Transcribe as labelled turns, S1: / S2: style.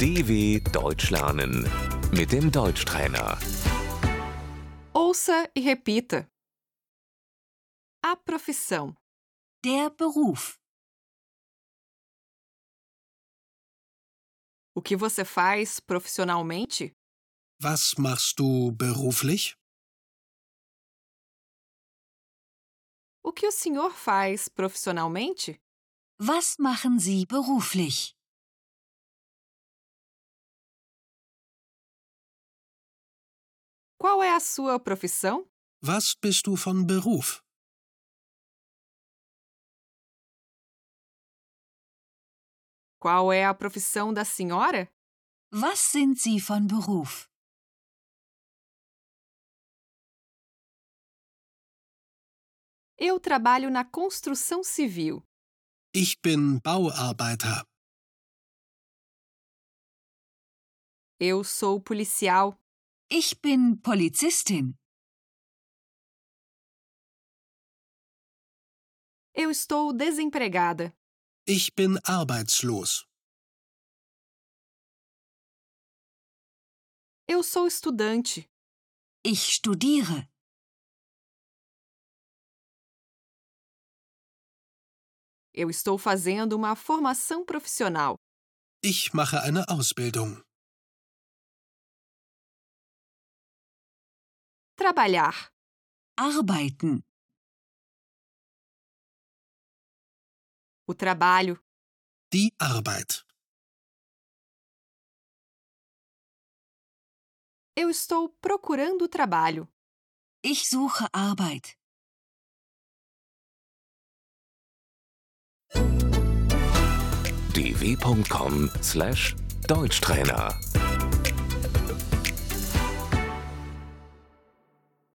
S1: DW Deutsch lernen mit dem Deutschtrainer.
S2: Ouça e repita. A profissão.
S3: Der Beruf.
S2: O que você faz profissionalmente?
S4: Was machst du beruflich?
S2: O que o senhor faz profissionalmente?
S3: Was machen Sie beruflich?
S2: Qual é a sua profissão?
S4: Was bist du von Beruf?
S2: Qual é a profissão da senhora?
S3: Was sind Sie von Beruf?
S2: Eu trabalho na construção civil.
S4: Ich bin Bauarbeiter.
S2: Eu sou policial.
S3: Ich bin Polizistin.
S2: Eu estou desempregada.
S4: Ich bin arbeitslos.
S2: Eu sou estudante.
S3: Ich studiere.
S2: Eu estou fazendo uma formação profissional.
S4: Ich mache eine Ausbildung.
S2: Trabalhar.
S3: Arbeiten.
S2: O trabalho.
S4: Die Arbeit.
S2: Eu estou procurando trabalho.
S3: Ich suche Arbeit.
S1: dw.com/deutschtrainer